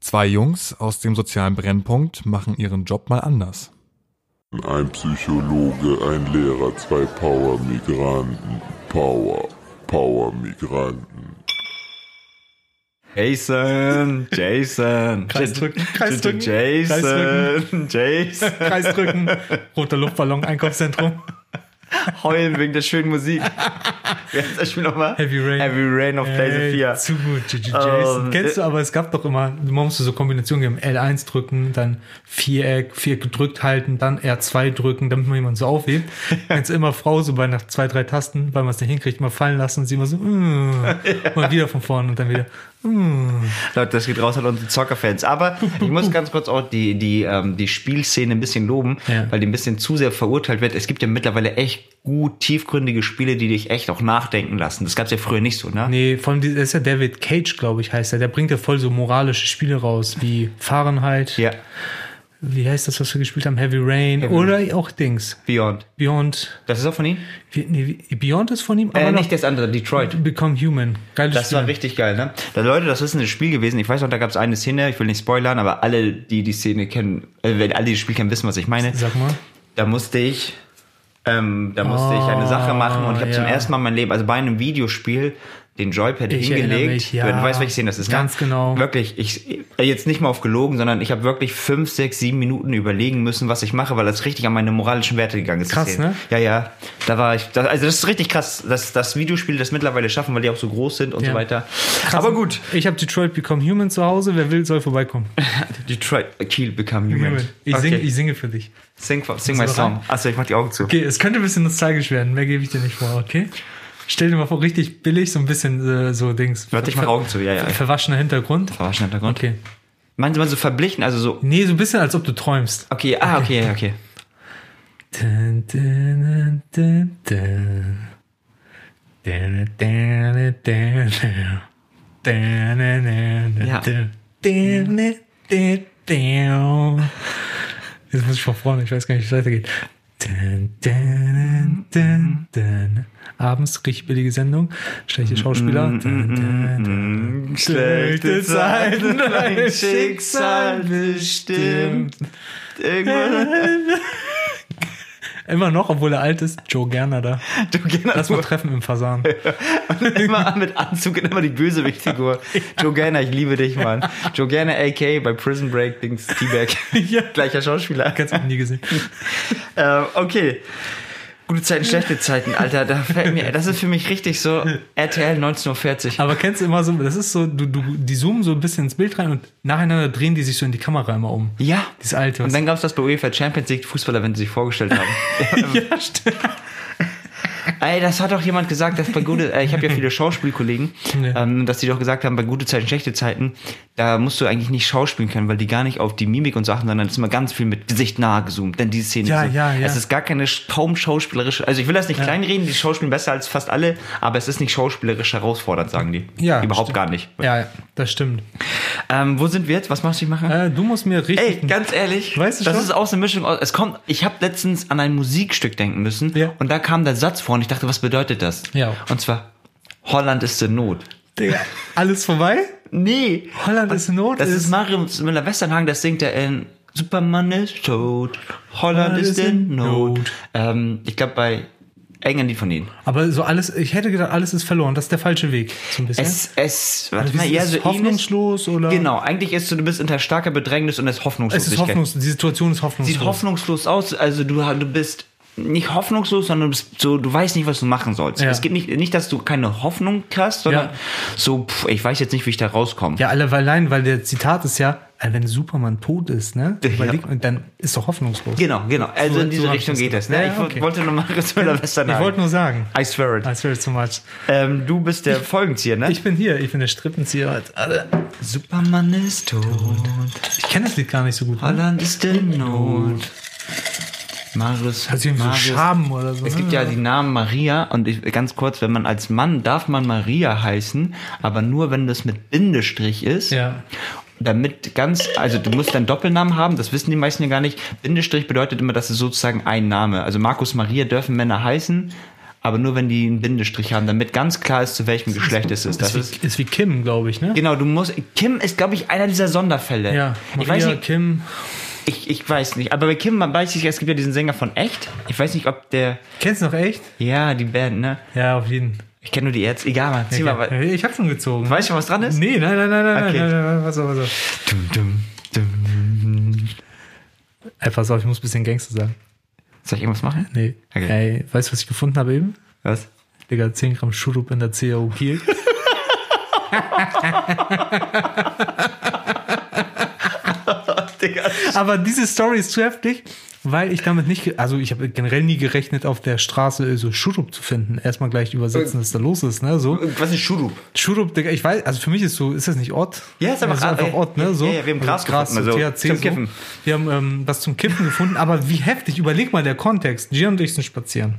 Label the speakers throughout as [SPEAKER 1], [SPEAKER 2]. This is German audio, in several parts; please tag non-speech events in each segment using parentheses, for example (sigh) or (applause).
[SPEAKER 1] Zwei Jungs aus dem sozialen Brennpunkt machen ihren Job mal anders.
[SPEAKER 2] Ein Psychologe, ein Lehrer, zwei Power-Migranten. Power. Power-Migranten.
[SPEAKER 3] Jason,
[SPEAKER 4] (laughs)
[SPEAKER 3] Jason,
[SPEAKER 4] Kreis drücken, Kreis drücken, Kreis
[SPEAKER 3] Jason,
[SPEAKER 4] drücken.
[SPEAKER 3] (laughs) Jason,
[SPEAKER 4] Kreis drücken. Roter Luftballon, Einkaufszentrum.
[SPEAKER 3] heulen wegen der schönen Musik. Wie heißt das Spiel nochmal?
[SPEAKER 4] Heavy Rain.
[SPEAKER 3] Heavy Rain auf
[SPEAKER 4] Ey,
[SPEAKER 3] PlayStation 4.
[SPEAKER 4] Zu gut, Gigi Jason.
[SPEAKER 3] Ähm,
[SPEAKER 4] Kennst du,
[SPEAKER 3] äh,
[SPEAKER 4] aber es gab doch immer, du musst so Kombinationen geben. L1 drücken, dann Viereck, Viereck gedrückt halten, dann R2 drücken, damit man jemanden so
[SPEAKER 3] (laughs)
[SPEAKER 4] aufhebt. Jetzt immer Frau so bei nach zwei, drei Tasten, weil man es nicht hinkriegt, mal fallen lassen und sie
[SPEAKER 3] (laughs)
[SPEAKER 4] immer so, mm, mal wieder von vorne und dann wieder.
[SPEAKER 3] Leute, das geht raus an unsere Zockerfans. Aber ich muss ganz kurz auch die, die, ähm, die Spielszene ein bisschen loben,
[SPEAKER 4] Ja.
[SPEAKER 3] weil die ein bisschen zu sehr verurteilt wird. Es gibt ja mittlerweile echt gut tiefgründige Spiele, die dich echt auch nachdenken lassen. Das gab es ja früher nicht so, ne?
[SPEAKER 4] Nee, vor allem, das ist ja David Cage, glaube ich, heißt er. Der bringt ja voll so moralische Spiele raus, wie Fahrenheit,
[SPEAKER 3] Ja,
[SPEAKER 4] wie heißt das, was wir gespielt haben, Heavy Rain oder auch Dings.
[SPEAKER 3] Beyond.
[SPEAKER 4] Beyond,
[SPEAKER 3] Das ist auch von ihm?
[SPEAKER 4] wie, nee, wie- Beyond ist von ihm, aber
[SPEAKER 3] Äh,
[SPEAKER 4] noch
[SPEAKER 3] nicht das andere, Detroit.
[SPEAKER 4] Become Human. Geiles
[SPEAKER 3] Das
[SPEAKER 4] Spiel.
[SPEAKER 3] war richtig geil, ne? Da, Leute, das ist ein Spiel gewesen. Ich weiß noch, da gab es eine Szene, ich will nicht spoilern, aber alle, die die Szene kennen, äh, wenn alle die das Spiel kennen, wissen, was ich meine.
[SPEAKER 4] Sag mal.
[SPEAKER 3] Da musste ich, ähm, da musste ich eine Sache machen und ich habe
[SPEAKER 4] Ah, ja.
[SPEAKER 3] zum ersten Mal in meinem Leben, also bei einem Videospiel, den Joypad
[SPEAKER 4] Ich erinnere
[SPEAKER 3] hingelegt.
[SPEAKER 4] mich, ja.
[SPEAKER 3] Du weißt, welche Szene das ist. ne?
[SPEAKER 4] Ganz genau.
[SPEAKER 3] Wirklich, ich äh, jetzt nicht mal auf gelogen, sondern ich habe wirklich fünf, sechs, sieben Minuten überlegen müssen, was ich mache, weil das richtig an meine moralischen Werte gegangen ist. die
[SPEAKER 4] Krass,
[SPEAKER 3] Szene.
[SPEAKER 4] ne?
[SPEAKER 3] Ja, ja. Da war ich. Da, also das ist richtig krass, dass, dass Videospiele das mittlerweile schaffen, weil die auch so groß sind und
[SPEAKER 4] Ja. ne?
[SPEAKER 3] so weiter. Aber gut,
[SPEAKER 4] Ich habe Detroit Become Human zu Hause. Wer will, soll vorbeikommen.
[SPEAKER 3] (laughs) Detroit Kiel become human.
[SPEAKER 4] Ich,
[SPEAKER 3] okay.
[SPEAKER 4] singe, ich singe für dich.
[SPEAKER 3] sing, sing my
[SPEAKER 4] So
[SPEAKER 3] song.
[SPEAKER 4] rein.
[SPEAKER 3] Achso, ich mach die Augen zu.
[SPEAKER 4] Okay, es könnte ein bisschen nostalgisch werden. Mehr gebe ich dir nicht vor, okay? Stell dir mal vor, richtig billig, so ein bisschen äh, so Dings.
[SPEAKER 3] Warte, ich mach Augen zu, ja, ja.
[SPEAKER 4] Ver- Verwaschener Hintergrund.
[SPEAKER 3] War schon Hintergrund.
[SPEAKER 4] Okay.
[SPEAKER 3] Meinen Sie mal so verblichen, also so.
[SPEAKER 4] Nee, so ein bisschen, als ob du träumst.
[SPEAKER 3] Okay, ah, okay, ja, okay.
[SPEAKER 4] Dun, dun, dun, dun, dun. Dun, dun, dun, dun. Dun, dun, dun, dun,
[SPEAKER 3] Ja.
[SPEAKER 4] dun. Dun, dun, dun, dun. Jetzt muss ich von vorne, ich weiß gar nicht, wie es weitergeht. Dun, dun, dun, dun. Abends richtig billige Sendung, schlechte Schauspieler. Dun, dun, dun.
[SPEAKER 3] Schlechte Zeiten, ein Schicksal bestimmt. Irgendwann.
[SPEAKER 4] Immer noch, obwohl er alt ist, Joe Gerner da.
[SPEAKER 3] Du
[SPEAKER 4] Lass
[SPEAKER 3] Gerner
[SPEAKER 4] mal treffen im Fasan.
[SPEAKER 3] (laughs) immer mit Anzug und immer die Bösewichtfigur. Joe Gerner, ich liebe dich, Mann. Joe Gerner, AK bei Prison Break, Dings, T-Bag.
[SPEAKER 4] Ja.
[SPEAKER 3] Gleicher Schauspieler.
[SPEAKER 4] Ganz nie gesehen.
[SPEAKER 3] (laughs) Ähm, okay. Gute Zeiten, schlechte Zeiten, Alter. Da fällt mir, das ist für mich richtig so RTL 1940.
[SPEAKER 4] Aber kennst du immer so, das ist so, du, du, die zoomen so ein bisschen ins Bild rein und nacheinander drehen die sich so in die Kamera immer um.
[SPEAKER 3] Ja.
[SPEAKER 4] Dieses alte.
[SPEAKER 3] Und dann gab es das bei UEFA Champions League, die Fußballer, wenn sie sich vorgestellt haben.
[SPEAKER 4] ja, stimmt.
[SPEAKER 3] Ey, das hat doch jemand gesagt, dass bei gute, äh, ich habe ja
[SPEAKER 4] (laughs)
[SPEAKER 3] viele Schauspielkollegen,
[SPEAKER 4] Ja.
[SPEAKER 3] ähm, dass die doch gesagt haben, bei gute Zeiten, schlechte Zeiten, da musst du eigentlich nicht schauspielen können, weil die gar nicht auf die Mimik und Sachen, sondern es ist immer ganz viel mit Gesicht nahe gezoomt, denn die Szene.
[SPEAKER 4] Ja,
[SPEAKER 3] ist so.
[SPEAKER 4] ja, ja.
[SPEAKER 3] Es ist gar keine sch- kaum schauspielerische, also ich will das nicht kleinreden, die schauspielen besser als fast alle, aber es ist nicht schauspielerisch herausfordernd, sagen die.
[SPEAKER 4] Ja,
[SPEAKER 3] Überhaupt
[SPEAKER 4] stimmt.
[SPEAKER 3] gar nicht.
[SPEAKER 4] Ja, ja, das stimmt.
[SPEAKER 3] Ähm, wo sind wir jetzt? Was machst du dich machen?
[SPEAKER 4] Äh, du musst mir richtig.
[SPEAKER 3] Ey, ganz ehrlich,
[SPEAKER 4] Weißt du
[SPEAKER 3] das
[SPEAKER 4] schon?
[SPEAKER 3] ist auch so eine Mischung. aus- Es kommt, ich habe letztens an ein Musikstück denken müssen
[SPEAKER 4] Ja.
[SPEAKER 3] und da kam der Satz vor und ich dachte, was bedeutet das?
[SPEAKER 4] Ja.
[SPEAKER 3] Und zwar, Holland ist in Not.
[SPEAKER 4] Digga, alles vorbei?
[SPEAKER 3] Nee.
[SPEAKER 4] Holland ist in Not.
[SPEAKER 3] Das ist Marius Müller-Westernhagen, das singt er in Superman ist tot, Holland ist in Not. Ähm, ich glaube bei irgendein Lied von denen.
[SPEAKER 4] aber so alles, ich hätte gedacht, alles ist verloren. Das ist der falsche Weg. So ein bisschen.
[SPEAKER 3] Es, es, warte
[SPEAKER 4] Also
[SPEAKER 3] mal,
[SPEAKER 4] dieses
[SPEAKER 3] ja, so ähnlich-
[SPEAKER 4] hoffnungslos oder?
[SPEAKER 3] Genau, eigentlich ist so, du bist unter starker Bedrängnis und es ist
[SPEAKER 4] es ist
[SPEAKER 3] Hoffnungslosigkeit.
[SPEAKER 4] hoffnungslos, die Situation ist hoffnungslos.
[SPEAKER 3] sieht hoffnungslos aus. Also du, du bist nicht hoffnungslos, sondern du bist so, du weißt nicht, was du machen sollst.
[SPEAKER 4] Ja.
[SPEAKER 3] Es gibt nicht, nicht, dass du keine Hoffnung hast, sondern
[SPEAKER 4] Ja.
[SPEAKER 3] so, pff, ich weiß jetzt nicht, wie ich da rauskomme.
[SPEAKER 4] ja, alle, weil allein, weil der Zitat ist ja, äh, wenn Superman tot ist, ne?
[SPEAKER 3] Ja.
[SPEAKER 4] Überleg, und dann ist doch hoffnungslos.
[SPEAKER 3] Genau, genau. Also
[SPEAKER 4] So-
[SPEAKER 3] in diese
[SPEAKER 4] so hab ich
[SPEAKER 3] Richtung
[SPEAKER 4] das
[SPEAKER 3] geht das.
[SPEAKER 4] gemacht.
[SPEAKER 3] Ne?
[SPEAKER 4] Ja,
[SPEAKER 3] ich wo-
[SPEAKER 4] okay.
[SPEAKER 3] wollte nur mal kurz über Western
[SPEAKER 4] Ich wollte nur sagen.
[SPEAKER 3] I swear it.
[SPEAKER 4] I swear it's too much.
[SPEAKER 3] Ähm, du bist der Folgenzieher, ne?
[SPEAKER 4] Ich bin hier, ich bin der Strippenzieher.
[SPEAKER 3] Superman ist tot,
[SPEAKER 4] Ich kenne das Lied gar nicht so gut. Ne?
[SPEAKER 3] Holland ist in Not. Marius,
[SPEAKER 4] Also irgendwie so Schaben oder so.
[SPEAKER 3] Es
[SPEAKER 4] ne?
[SPEAKER 3] gibt ja die Namen Maria und ich, ganz kurz, wenn man als Mann darf man Maria heißen, aber nur wenn das mit Bindestrich ist.
[SPEAKER 4] Ja.
[SPEAKER 3] Damit ganz, also du musst deinen Doppelnamen haben, das wissen die meisten ja gar nicht. Bindestrich bedeutet immer, das ist sozusagen ein Name. Also Markus Maria dürfen Männer heißen, aber nur wenn die einen Bindestrich haben, damit ganz klar ist, zu welchem Geschlecht es ist. Das ist
[SPEAKER 4] wie, ist wie Kim, glaube ich, ne?
[SPEAKER 3] genau, du musst. Kim ist, glaube ich, einer dieser Sonderfälle.
[SPEAKER 4] Ja, Maria,
[SPEAKER 3] ich weiß nicht,
[SPEAKER 4] Kim.
[SPEAKER 3] ich, ich weiß nicht. Aber bei Kim man weiß ich, es gibt ja diesen Sänger von echt. Ich weiß nicht, ob der.
[SPEAKER 4] Kennst du noch echt?
[SPEAKER 3] Ja, die Band, ne?
[SPEAKER 4] Ja, auf jeden.
[SPEAKER 3] Ich kenne nur die Ärzte. Egal, Mann. Zieh mal.
[SPEAKER 4] Okay. Ich habe schon gezogen.
[SPEAKER 3] Weißt du, was dran ist?
[SPEAKER 4] Nee, nein, nein, nein, nein,
[SPEAKER 3] Okay.
[SPEAKER 4] nein, nein, nein, was, was, was.
[SPEAKER 3] Dum, dum, dum.
[SPEAKER 4] Ey, pass auf, ich muss ein bisschen Gangster sagen.
[SPEAKER 3] Soll ich irgendwas machen?
[SPEAKER 4] Nee.
[SPEAKER 3] Okay.
[SPEAKER 4] Ey, weißt du, was ich gefunden habe eben?
[SPEAKER 3] Was?
[SPEAKER 4] Digga, 10 Gramm Schurup in der CAU
[SPEAKER 3] (laughs)
[SPEAKER 4] Kiel.
[SPEAKER 3] Digga.
[SPEAKER 4] Aber diese Story ist zu heftig, weil ich damit nicht, ge- also ich habe generell nie gerechnet, auf der Straße so Schurup zu finden. Erstmal gleich
[SPEAKER 3] Äh.
[SPEAKER 4] übersetzen, was da los ist, ne, so.
[SPEAKER 3] Was ist Schurup?
[SPEAKER 4] Schurup, Digga, ich weiß, also für mich ist so, ist das nicht Ort?
[SPEAKER 3] Ja, ist einfach
[SPEAKER 4] so
[SPEAKER 3] Ort,
[SPEAKER 4] einfach
[SPEAKER 3] ey.
[SPEAKER 4] Ort, ne? So.
[SPEAKER 3] Ja, ja, wir haben Gras gefunden,
[SPEAKER 4] so
[SPEAKER 3] also
[SPEAKER 4] THC,
[SPEAKER 3] zum
[SPEAKER 4] so.
[SPEAKER 3] Kiffen.
[SPEAKER 4] Wir haben ähm, was zum Kippen gefunden, aber wie heftig, überleg mal der Kontext. Gian und ich sind spazieren.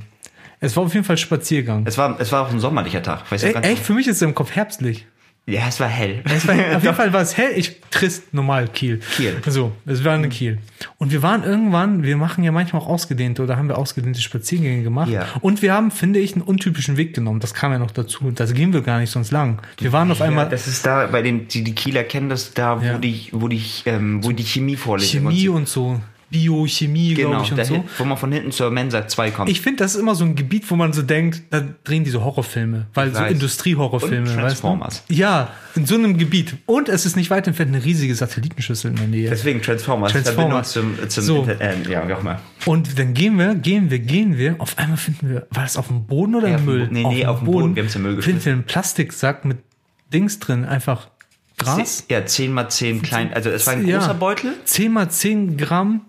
[SPEAKER 4] Es war auf jeden Fall Spaziergang.
[SPEAKER 3] Es war, es war auch ein sommerlicher Tag. Weißt du,
[SPEAKER 4] Ey,
[SPEAKER 3] ganz-
[SPEAKER 4] echt, für mich ist es im Kopf herbstlich.
[SPEAKER 3] Ja, es war hell. (laughs)
[SPEAKER 4] Es war, auf jeden Fall war es hell. Ich trist normal Kiel.
[SPEAKER 3] Kiel.
[SPEAKER 4] So, es war in Kiel. Und wir waren irgendwann, wir machen ja manchmal auch ausgedehnte oder haben wir ausgedehnte Spaziergänge gemacht.
[SPEAKER 3] Ja.
[SPEAKER 4] Und wir haben, finde ich, einen untypischen Weg genommen. Das kam ja noch dazu. Da gehen wir gar nicht sonst lang. Wir waren auf einmal
[SPEAKER 3] das ist da, bei den, die, die Kieler kennen das da, wo
[SPEAKER 4] Ja.
[SPEAKER 3] die, wo die, ähm, wo die Chemie vorliegt.
[SPEAKER 4] Chemie und so. Biochemie,
[SPEAKER 3] genau,
[SPEAKER 4] glaube ich, und
[SPEAKER 3] da
[SPEAKER 4] so.
[SPEAKER 3] hin- wo man von hinten zur Mensa 2 kommt.
[SPEAKER 4] Ich finde, das ist immer so ein Gebiet, wo man so denkt, da drehen diese Horrorfilme, weil
[SPEAKER 3] Ich
[SPEAKER 4] so
[SPEAKER 3] weiß.
[SPEAKER 4] Industriehorrorfilme.
[SPEAKER 3] Und Transformers.
[SPEAKER 4] Weißt du? Ja, in so einem Gebiet. Und es ist nicht weit entfernt eine riesige Satellitenschüssel in der Nähe.
[SPEAKER 3] Deswegen Transformers,
[SPEAKER 4] Transformers.
[SPEAKER 3] Verbindung zum, zum
[SPEAKER 4] So.
[SPEAKER 3] Internet. Äh, ja, wie auch immer.
[SPEAKER 4] Und dann gehen wir, gehen wir, gehen wir. Auf einmal finden wir, war das auf dem Boden oder
[SPEAKER 3] Ja, auf
[SPEAKER 4] im
[SPEAKER 3] dem
[SPEAKER 4] Müll?
[SPEAKER 3] Bo- nee, nee, auf dem Boden. Wir haben's im Müll
[SPEAKER 4] Finden wir einen Plastiksack mit Dings drin, einfach Gras.
[SPEAKER 3] Ja, 10 mal 10 klein, also es war ein
[SPEAKER 4] Ja.
[SPEAKER 3] großer Beutel.
[SPEAKER 4] 10 mal 10 Gramm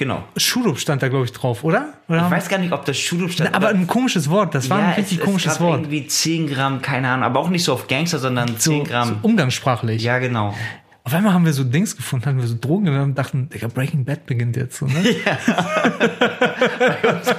[SPEAKER 3] Genau.
[SPEAKER 4] Schurup stand da, glaube ich, drauf, oder? oder
[SPEAKER 3] Ich
[SPEAKER 4] haben-
[SPEAKER 3] weiß gar nicht, ob das Schulhof stand.
[SPEAKER 4] aber ein komisches Wort, das war ein richtig komisches
[SPEAKER 3] gab
[SPEAKER 4] Wort.
[SPEAKER 3] irgendwie 10 Gramm, keine Ahnung, aber auch nicht so auf Gangster, sondern 10
[SPEAKER 4] So, so um
[SPEAKER 3] Gramm.
[SPEAKER 4] umgangssprachlich.
[SPEAKER 3] Ja, genau.
[SPEAKER 4] Auf einmal haben wir so Dings gefunden, hatten wir so Drogen genommen und dachten, Digga, Breaking Bad beginnt jetzt. So, ne?
[SPEAKER 3] (laughs)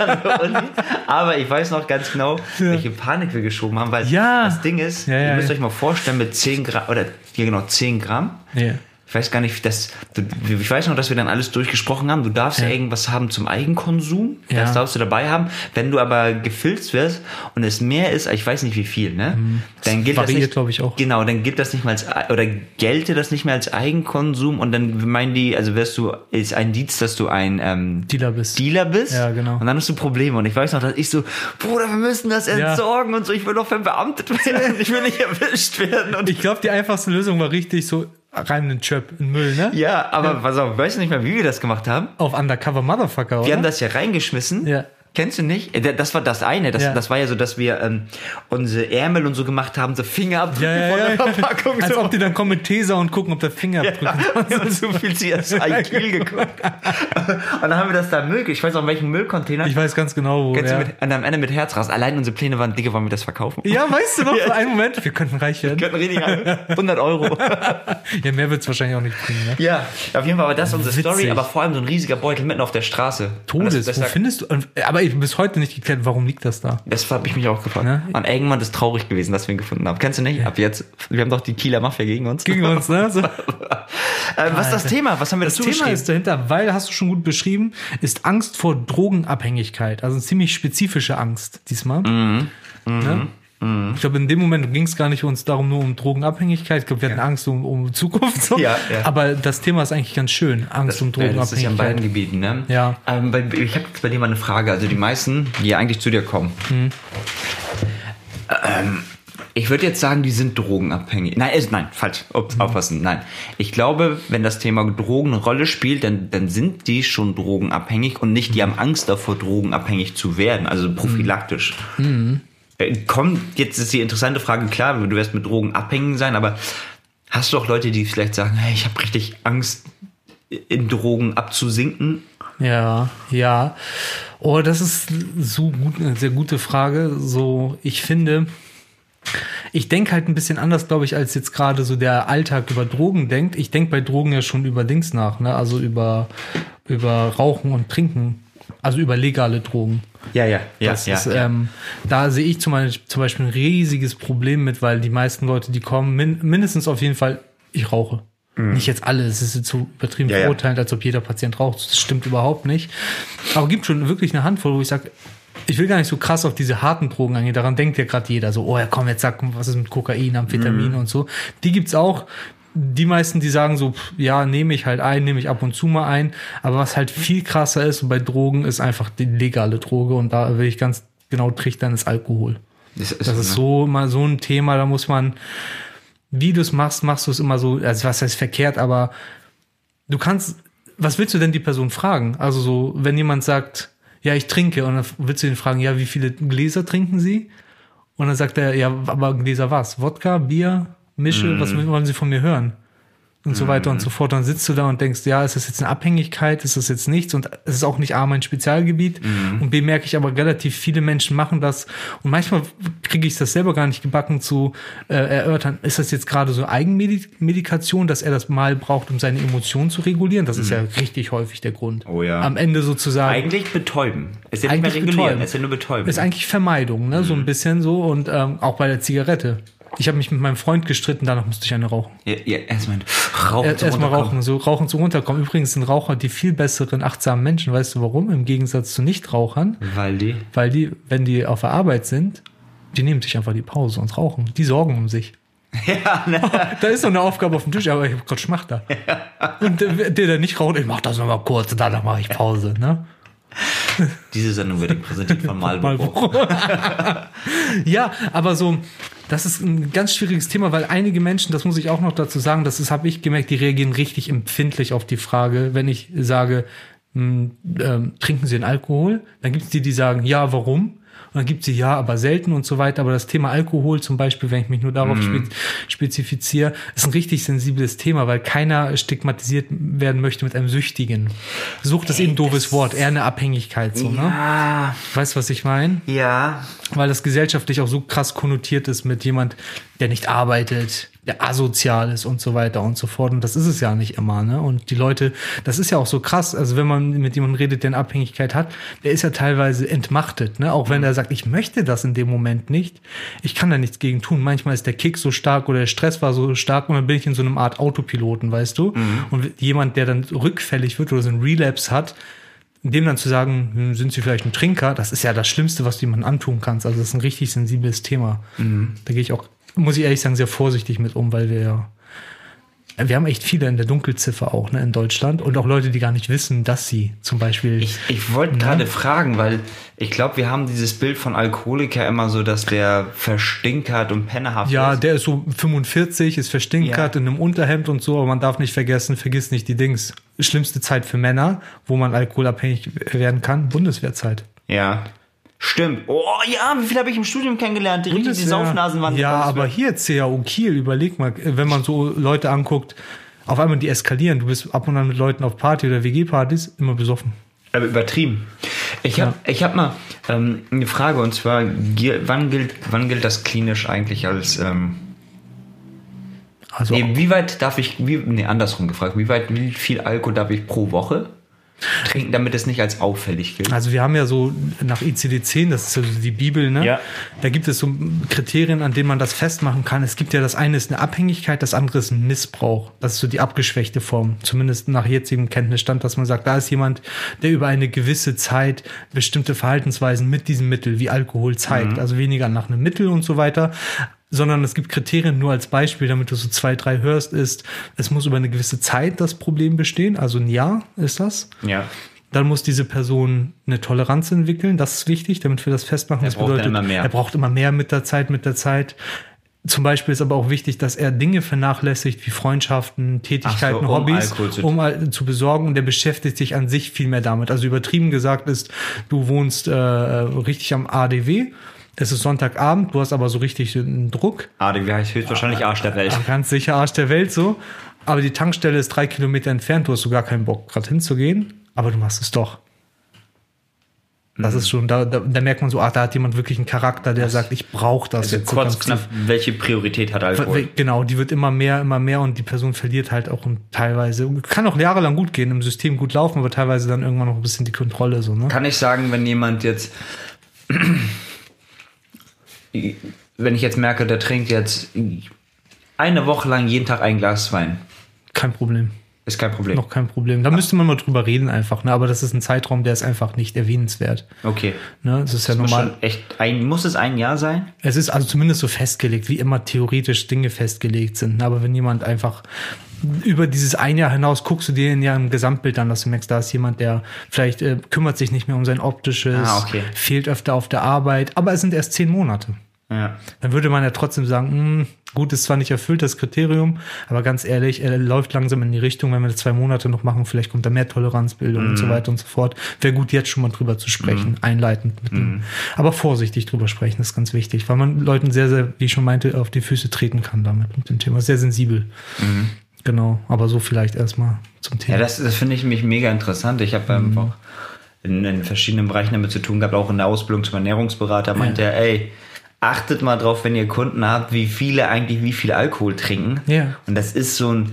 [SPEAKER 3] Aber ich weiß noch ganz genau, welche Panik wir geschoben haben, weil
[SPEAKER 4] Ja.
[SPEAKER 3] das Ding ist,
[SPEAKER 4] Ja, ja,
[SPEAKER 3] ihr müsst
[SPEAKER 4] ja.
[SPEAKER 3] euch mal vorstellen, mit 10 Gramm, oder ja genau, 10 Gramm.
[SPEAKER 4] Ja.
[SPEAKER 3] Ich weiß gar nicht, wie das, du- ich weiß noch, dass wir dann alles durchgesprochen haben. Du darfst ja, irgendwas haben zum Eigenkonsum,
[SPEAKER 4] Ja.
[SPEAKER 3] das darfst du dabei haben. Wenn du aber gefilzt wirst und es mehr ist, ich weiß nicht wie viel, ne? Dann gilt
[SPEAKER 4] Mhm. variiert,
[SPEAKER 3] das
[SPEAKER 4] glaub
[SPEAKER 3] nicht,
[SPEAKER 4] ich, auch.
[SPEAKER 3] Genau, dann gilt das nicht mal als, oder gelte das nicht mehr als Eigenkonsum und dann meinen die, also wirst du, ist ein Dienst, dass du ein, ähm,
[SPEAKER 4] Dealer bist.
[SPEAKER 3] Dealer bist.
[SPEAKER 4] Ja, genau.
[SPEAKER 3] Und dann hast du Probleme. Und ich weiß noch, dass ich so, Bruder, wir müssen das entsorgen und so. Ich will doch verbeamtet
[SPEAKER 4] (laughs)
[SPEAKER 3] werden. Ich will nicht erwischt werden. Und
[SPEAKER 4] Ich glaube, die einfachste Lösung war richtig so rein in den Chöp, in den Müll, ne?
[SPEAKER 3] ja, aber pass auf, weißt du nicht mehr, wie wir das gemacht haben?
[SPEAKER 4] Auf Undercover Motherfucker,
[SPEAKER 3] Wir
[SPEAKER 4] oder?
[SPEAKER 3] haben das ja reingeschmissen.
[SPEAKER 4] Ja.
[SPEAKER 3] Kennst du nicht? Äh, Das war das eine. Das,
[SPEAKER 4] Ja.
[SPEAKER 3] das war ja so, dass wir ähm, unsere Ärmel und so gemacht haben, so Fingerabdrücke
[SPEAKER 4] ja, ja,
[SPEAKER 3] von
[SPEAKER 4] ja.
[SPEAKER 3] der Verpackung.
[SPEAKER 4] Als
[SPEAKER 3] so.
[SPEAKER 4] ob die dann kommen mit Tesa und gucken, ob der Finger drücken.
[SPEAKER 3] Wir haben so viel CSI Kiel geguckt. Und dann haben wir das da im Müll, ich weiß auch in welchem Müllcontainer.
[SPEAKER 4] Ich weiß ganz genau, wo.
[SPEAKER 3] Kennst
[SPEAKER 4] Ja.
[SPEAKER 3] du mit, und am Ende mit Herzrasen. Allein unsere Pläne waren, Digga, wollen wir das verkaufen? (laughs)
[SPEAKER 4] ja, weißt du noch, für einen Moment, wir könnten reich werden.
[SPEAKER 3] Könnten richtig 100
[SPEAKER 4] (laughs)
[SPEAKER 3] Euro.
[SPEAKER 4] Ja, mehr wird's wahrscheinlich auch nicht bringen, ne?
[SPEAKER 3] Ja, auf jeden Fall war das unsere
[SPEAKER 4] Witzig.
[SPEAKER 3] Story, aber vor allem so ein riesiger Beutel mitten auf der Straße.
[SPEAKER 4] Todes,
[SPEAKER 3] Und das,
[SPEAKER 4] wo
[SPEAKER 3] das,
[SPEAKER 4] findest du. und- Aber ich bis heute nicht geklärt, warum liegt das da?
[SPEAKER 3] das habe ich mich auch gefragt.
[SPEAKER 4] Ne?
[SPEAKER 3] Und irgendwann ist traurig gewesen, dass wir ihn gefunden haben. Kennst du nicht? Ab jetzt, wir haben doch die Kieler Mafia gegen uns. (laughs)
[SPEAKER 4] Gegen uns, ne? So.
[SPEAKER 3] äh, was ist das
[SPEAKER 4] Alter.
[SPEAKER 3] Thema? Was haben wir
[SPEAKER 4] Das
[SPEAKER 3] dazu
[SPEAKER 4] Thema
[SPEAKER 3] geschrieben?
[SPEAKER 4] ist dahinter, weil, hast du schon gut beschrieben, ist Angst vor Drogenabhängigkeit. Also eine ziemlich spezifische Angst diesmal.
[SPEAKER 3] Mhm.
[SPEAKER 4] Ne? Ich glaube, in dem Moment ging es gar nicht uns darum, nur um Drogenabhängigkeit. Ich glaube, wir hatten Angst um, um Zukunft. So.
[SPEAKER 3] Ja, ja.
[SPEAKER 4] Aber das Thema ist eigentlich ganz schön. Angst um
[SPEAKER 3] Ja, das ist ja in
[SPEAKER 4] Drogenabhängigkeit.
[SPEAKER 3] beiden Gebieten, ne?
[SPEAKER 4] Ja.
[SPEAKER 3] Ähm, bei, ich habe bei dir mal eine Frage. Also die meisten, die eigentlich zu dir kommen.
[SPEAKER 4] Hm.
[SPEAKER 3] Ähm, ich würde jetzt sagen, die sind drogenabhängig. Nein, ist, nein, falsch. Ups,
[SPEAKER 4] Hm.
[SPEAKER 3] Aufpassen, nein. Ich glaube, wenn das Thema Drogen eine Rolle spielt, dann, dann sind die schon drogenabhängig und nicht, die
[SPEAKER 4] Hm.
[SPEAKER 3] haben Angst davor, drogenabhängig zu werden. Also prophylaktisch.
[SPEAKER 4] Hm.
[SPEAKER 3] Äh, Komm, jetzt ist die interessante Frage, klar, du wirst mit Drogen abhängig sein, aber hast du auch Leute, die vielleicht sagen, hey, ich habe richtig Angst, in Drogen abzusinken?
[SPEAKER 4] Ja, ja. Oh, das ist so gut, eine sehr gute Frage. So, ich finde, ich denke halt ein bisschen anders, glaube ich, als jetzt gerade so der Alltag über Drogen denkt. Ich denke bei Drogen ja schon über Dings nach, ne? Also über, über Rauchen und Trinken. Also über legale Drogen.
[SPEAKER 3] Ja, ja, ja,
[SPEAKER 4] Das
[SPEAKER 3] ja.
[SPEAKER 4] ist, ähm, da sehe ich zum Beispiel, zum Beispiel ein riesiges Problem mit, weil die meisten Leute, die kommen, min mindestens auf jeden Fall, ich rauche. Nicht jetzt alle, es ist jetzt so übertrieben
[SPEAKER 3] Mhm. Ja, ja.
[SPEAKER 4] verurteilend, als ob jeder Patient raucht. Das stimmt überhaupt nicht. Aber gibt schon wirklich eine Handvoll, wo ich sage, ich will gar nicht so krass auf diese harten Drogen eingehen. Daran denkt ja gerade jeder so, oh ja, komm, jetzt sag, was ist mit Kokain, Amphetamine und so. Die gibt's auch. Die meisten, die sagen so, pff, ja, nehme ich halt ein, nehme ich ab und zu mal ein. Aber was halt viel krasser ist und bei Drogen ist einfach die legale Droge und da will ich ganz genau trichtern, ist Alkohol.
[SPEAKER 3] Das ist, ne?
[SPEAKER 4] Das ist so mal so ein Thema, da muss man, wie du es machst, machst du es immer so, also was heißt verkehrt, aber du kannst, was willst du denn die Person fragen? Also so, wenn jemand sagt, ja, ich trinke, und dann willst du ihn fragen, ja, wie viele Gläser trinken sie? Und dann sagt er, ja, aber Gläser was? Wodka, Bier, Mische, was
[SPEAKER 3] Mhm.
[SPEAKER 4] wollen sie von mir hören? Und so weiter und so fort. Dann sitzt du da und denkst, ja, ist das jetzt eine Abhängigkeit? Ist das jetzt nichts? Und es ist auch nicht A, mein Spezialgebiet.
[SPEAKER 3] Mhm.
[SPEAKER 4] Und B, merke ich aber relativ viele Menschen machen das. Und manchmal kriege ich das selber gar nicht gebacken zu äh, erörtern. Ist das jetzt gerade so Eigenmedikation, dass er das mal braucht, um seine Emotionen zu regulieren? Das ist ja richtig häufig der Grund.
[SPEAKER 3] Mhm. Oh ja.
[SPEAKER 4] Am Ende sozusagen.
[SPEAKER 3] Eigentlich betäuben. Es ist ja nicht mehr
[SPEAKER 4] Eigentlich
[SPEAKER 3] regulieren,
[SPEAKER 4] betäuben.
[SPEAKER 3] es ist ja nur betäuben.
[SPEAKER 4] Ist eigentlich Vermeidung, ne? So
[SPEAKER 3] Mhm.
[SPEAKER 4] ein bisschen so und ähm, auch bei der Zigarette. Ich habe mich mit meinem Freund gestritten, danach musste ich eine rauchen.
[SPEAKER 3] ja, ja, erstmal rauchen.
[SPEAKER 4] Er-
[SPEAKER 3] Oh, zum
[SPEAKER 4] Erstmal
[SPEAKER 3] Runterkommen.
[SPEAKER 4] rauchen, so rauchen zum Runterkommen. Übrigens sind Raucher die viel besseren, achtsamen Menschen. Weißt du warum? Im Gegensatz zu Nichtrauchern,
[SPEAKER 3] Weil die.
[SPEAKER 4] weil die, wenn die auf der Arbeit sind, die nehmen sich einfach die Pause und rauchen. Die sorgen um sich.
[SPEAKER 3] (laughs) Ja, ne?
[SPEAKER 4] (laughs) Da ist noch eine Aufgabe auf dem Tisch, aber ich hab
[SPEAKER 3] (laughs)
[SPEAKER 4] Gott Schmachter. Und äh, der, der nicht raucht, ich mach das nochmal kurz, danach mache ich Pause. Ne?
[SPEAKER 3] Diese Sendung wird Ihnen präsentiert
[SPEAKER 4] (laughs)
[SPEAKER 3] von Marlboro.
[SPEAKER 4] Ja, aber so, das ist ein ganz schwieriges Thema, weil einige Menschen, das muss ich auch noch dazu sagen, das ist, habe ich gemerkt, die reagieren richtig empfindlich auf die Frage, wenn ich sage, mh, ähm, trinken Sie den Alkohol? Dann gibt es die, die sagen, ja, warum? Und dann gibt sie ja, aber selten und so weiter. Aber das Thema Alkohol zum Beispiel, wenn ich mich nur darauf spe spezifiziere, ist ein richtig sensibles Thema, weil keiner stigmatisiert werden möchte mit einem Süchtigen. Sucht ist eben ein doofes Wort, eher eine Abhängigkeit. So, ne?
[SPEAKER 3] Ah,
[SPEAKER 4] Weißt du, was ich meine?
[SPEAKER 3] ja.
[SPEAKER 4] weil das gesellschaftlich auch so krass konnotiert ist mit jemand, der nicht arbeitet, der asozial ist und so weiter und so fort. Und das ist es ja nicht immer, ne? Und die Leute, das ist ja auch so krass. Also wenn man mit jemandem redet, der eine Abhängigkeit hat, der ist ja teilweise entmachtet, ne? Auch wenn er sagt, ich möchte das in dem Moment nicht. Ich kann da nichts gegen tun. Manchmal ist der Kick so stark oder der Stress war so stark und dann bin ich in so einem Art Autopiloten, weißt du? Und jemand, der dann rückfällig wird oder so einen Relapse hat, dem dann zu sagen, hm, sind sie vielleicht ein Trinker, das ist ja das Schlimmste, was du jemandem antun kannst. Also das ist ein richtig sensibles Thema.
[SPEAKER 3] Mhm.
[SPEAKER 4] Da gehe ich auch, muss ich ehrlich sagen, sehr vorsichtig mit um, weil wir ja, wir haben echt viele in der Dunkelziffer auch ne, in Deutschland und auch Leute, die gar nicht wissen, dass sie zum Beispiel
[SPEAKER 3] Ich, ich
[SPEAKER 4] Ne?
[SPEAKER 3] wollte gerade fragen, weil ich glaube, wir haben dieses Bild von Alkoholiker immer so, dass der verstinkert und pennerhaft
[SPEAKER 4] Ja,
[SPEAKER 3] ist.
[SPEAKER 4] der ist so 45, ist verstinkert
[SPEAKER 3] Ja.
[SPEAKER 4] in einem Unterhemd und so, aber man darf nicht vergessen, vergiss nicht die Dings. Schlimmste Zeit für Männer, wo man alkoholabhängig werden kann, Bundeswehrzeit.
[SPEAKER 3] Ja. Stimmt. Oh ja, wie viel habe ich im Studium kennengelernt? Die richtig, die
[SPEAKER 4] Bundeswehr.
[SPEAKER 3] Saufnasen waren
[SPEAKER 4] Ja,
[SPEAKER 3] die
[SPEAKER 4] aber
[SPEAKER 3] Bundeswehr.
[SPEAKER 4] hier CAO Kiel, überleg mal, äh, wenn man so Leute anguckt, auf einmal die eskalieren. Du bist ab und an mit Leuten auf Party oder WG-Partys immer besoffen.
[SPEAKER 3] aber Also übertrieben. Ich habe ich hab mal ähm, eine Frage und zwar, gi- wann gilt, wann gilt das klinisch eigentlich als. Ähm,
[SPEAKER 4] Also
[SPEAKER 3] nee, wie weit darf ich. Wie, nee, andersrum gefragt. Wie weit, wie viel Alkohol darf ich pro Woche trinken, damit es nicht als auffällig gilt?
[SPEAKER 4] Also wir haben ja so nach ICD-10, das ist ja so die Bibel, ne?
[SPEAKER 3] Ja.
[SPEAKER 4] Da gibt es so Kriterien, an denen man das festmachen kann. Es gibt ja das eine ist eine Abhängigkeit, das andere ist ein Missbrauch. Das ist so die abgeschwächte Form. Zumindest nach jetzigem Kenntnisstand, dass man sagt, da ist jemand, der über eine gewisse Zeit bestimmte Verhaltensweisen mit diesem Mittel wie Alkohol zeigt. Also weniger nach einem Mittel und so weiter. Sondern es gibt Kriterien nur als Beispiel, damit du so zwei, drei hörst, ist, es muss über eine gewisse Zeit das Problem bestehen, also ein Jahr ist das.
[SPEAKER 3] Ja.
[SPEAKER 4] Dann muss diese Person eine Toleranz entwickeln. Das ist wichtig, damit wir das festmachen. das
[SPEAKER 3] braucht dann immer mehr.
[SPEAKER 4] er braucht immer mehr mit der Zeit, mit der Zeit. Zum Beispiel ist aber auch wichtig, dass er Dinge vernachlässigt, wie Freundschaften, Tätigkeiten,
[SPEAKER 3] um
[SPEAKER 4] Hobbys,
[SPEAKER 3] Alkohol zu-
[SPEAKER 4] um Al- zu besorgen. Und er beschäftigt sich an sich viel mehr damit. Also übertrieben gesagt ist, du wohnst äh, richtig am ADW. Es ist Sonntagabend, du hast aber so richtig einen Druck.
[SPEAKER 3] Adi, wie heißt höchstwahrscheinlich Arsch der Welt.
[SPEAKER 4] Ganz sicher Arsch der Welt so. Aber die Tankstelle ist drei Kilometer entfernt. Du hast so gar keinen Bock, gerade hinzugehen. Aber du machst es doch. Das
[SPEAKER 3] Mhm.
[SPEAKER 4] ist schon, da, da, da merkt man so, ah, da hat jemand wirklich einen Charakter, der sagt, ich brauche das
[SPEAKER 3] Also
[SPEAKER 4] jetzt. so
[SPEAKER 3] kurz,
[SPEAKER 4] ganz
[SPEAKER 3] knapp, welche Priorität hat
[SPEAKER 4] tief.
[SPEAKER 3] Alkohol?
[SPEAKER 4] Genau, die wird immer mehr, immer mehr und die Person verliert halt auch und teilweise, kann auch jahrelang gut gehen, im System gut laufen, aber teilweise dann irgendwann noch ein bisschen die Kontrolle so, ne?
[SPEAKER 3] Kann ich sagen, wenn jemand jetzt, wenn ich jetzt merke, der trinkt jetzt eine Woche lang jeden Tag ein Glas Wein,
[SPEAKER 4] Kein Problem.
[SPEAKER 3] Ist kein Problem.
[SPEAKER 4] Noch kein Problem. Da müsste man mal drüber reden einfach. Ne? Aber das ist ein Zeitraum, der ist einfach nicht erwähnenswert.
[SPEAKER 3] Okay.
[SPEAKER 4] Ne? Das ist ja
[SPEAKER 3] Muss
[SPEAKER 4] normal.
[SPEAKER 3] schon echt ein, muss es ein Jahr sein?
[SPEAKER 4] Es ist also zumindest so festgelegt, wie immer theoretisch Dinge festgelegt sind. Aber wenn jemand einfach über dieses ein Jahr hinaus guckst du dir in ja im Gesamtbild an, dass du merkst, da ist jemand, der vielleicht äh, kümmert sich nicht mehr um sein optisches,
[SPEAKER 3] Ah, okay.
[SPEAKER 4] fehlt öfter auf der Arbeit, aber es sind erst zehn Monate.
[SPEAKER 3] Ja.
[SPEAKER 4] Dann würde man ja trotzdem sagen, hm, gut, ist zwar nicht erfüllt, das Kriterium, aber ganz ehrlich, er läuft langsam in die Richtung, wenn wir das zwei Monate noch machen, vielleicht kommt da mehr Toleranzbildung und
[SPEAKER 3] Mhm.
[SPEAKER 4] so weiter und so fort. Wäre gut, jetzt schon mal drüber zu sprechen, einleitend mit
[SPEAKER 3] Mhm.
[SPEAKER 4] ihm. Aber vorsichtig drüber sprechen ist ganz wichtig, weil man Leuten sehr, sehr, wie ich schon meinte, auf die Füße treten kann damit, mit dem Thema. Sehr sensibel. Genau, aber so vielleicht erstmal zum Thema.
[SPEAKER 3] Mhm. Ja, das, das finde ich mich mega interessant. Ich
[SPEAKER 4] Mhm.
[SPEAKER 3] habe einfach in, in verschiedenen Bereichen damit zu tun gehabt, auch in der Ausbildung zum Ernährungsberater meinte er, ey, achtet mal drauf, wenn ihr Kunden habt, wie viele eigentlich wie viel Alkohol trinken.
[SPEAKER 4] Ja.
[SPEAKER 3] Und das ist so ein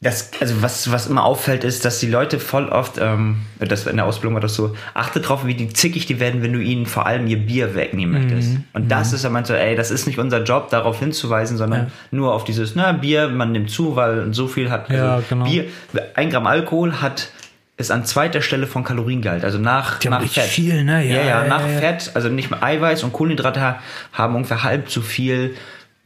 [SPEAKER 3] das, also was, was immer auffällt, ist, dass die Leute voll oft, ähm, das in der Ausbildung war das so, achte drauf, wie die zickig die werden, wenn du ihnen vor allem ihr Bier wegnehmen möchtest.
[SPEAKER 4] Mhm.
[SPEAKER 3] Und das ist ja manchmal, ey, das ist nicht unser Job, darauf hinzuweisen, sondern
[SPEAKER 4] Ja.
[SPEAKER 3] nur auf dieses, na, Bier, man nimmt zu, weil so viel hat, also
[SPEAKER 4] Ja, genau.
[SPEAKER 3] Bier, ein Gramm Alkohol hat, ist an zweiter Stelle von Kaloriengehalt, also nach,
[SPEAKER 4] Die haben
[SPEAKER 3] nach
[SPEAKER 4] richtig
[SPEAKER 3] Fett.
[SPEAKER 4] viel, ne? Ja,
[SPEAKER 3] Ja, ja,
[SPEAKER 4] ja,
[SPEAKER 3] nach
[SPEAKER 4] ja.
[SPEAKER 3] Fett, also nicht mehr Eiweiß und Kohlenhydrate ha- haben ungefähr halb so viel,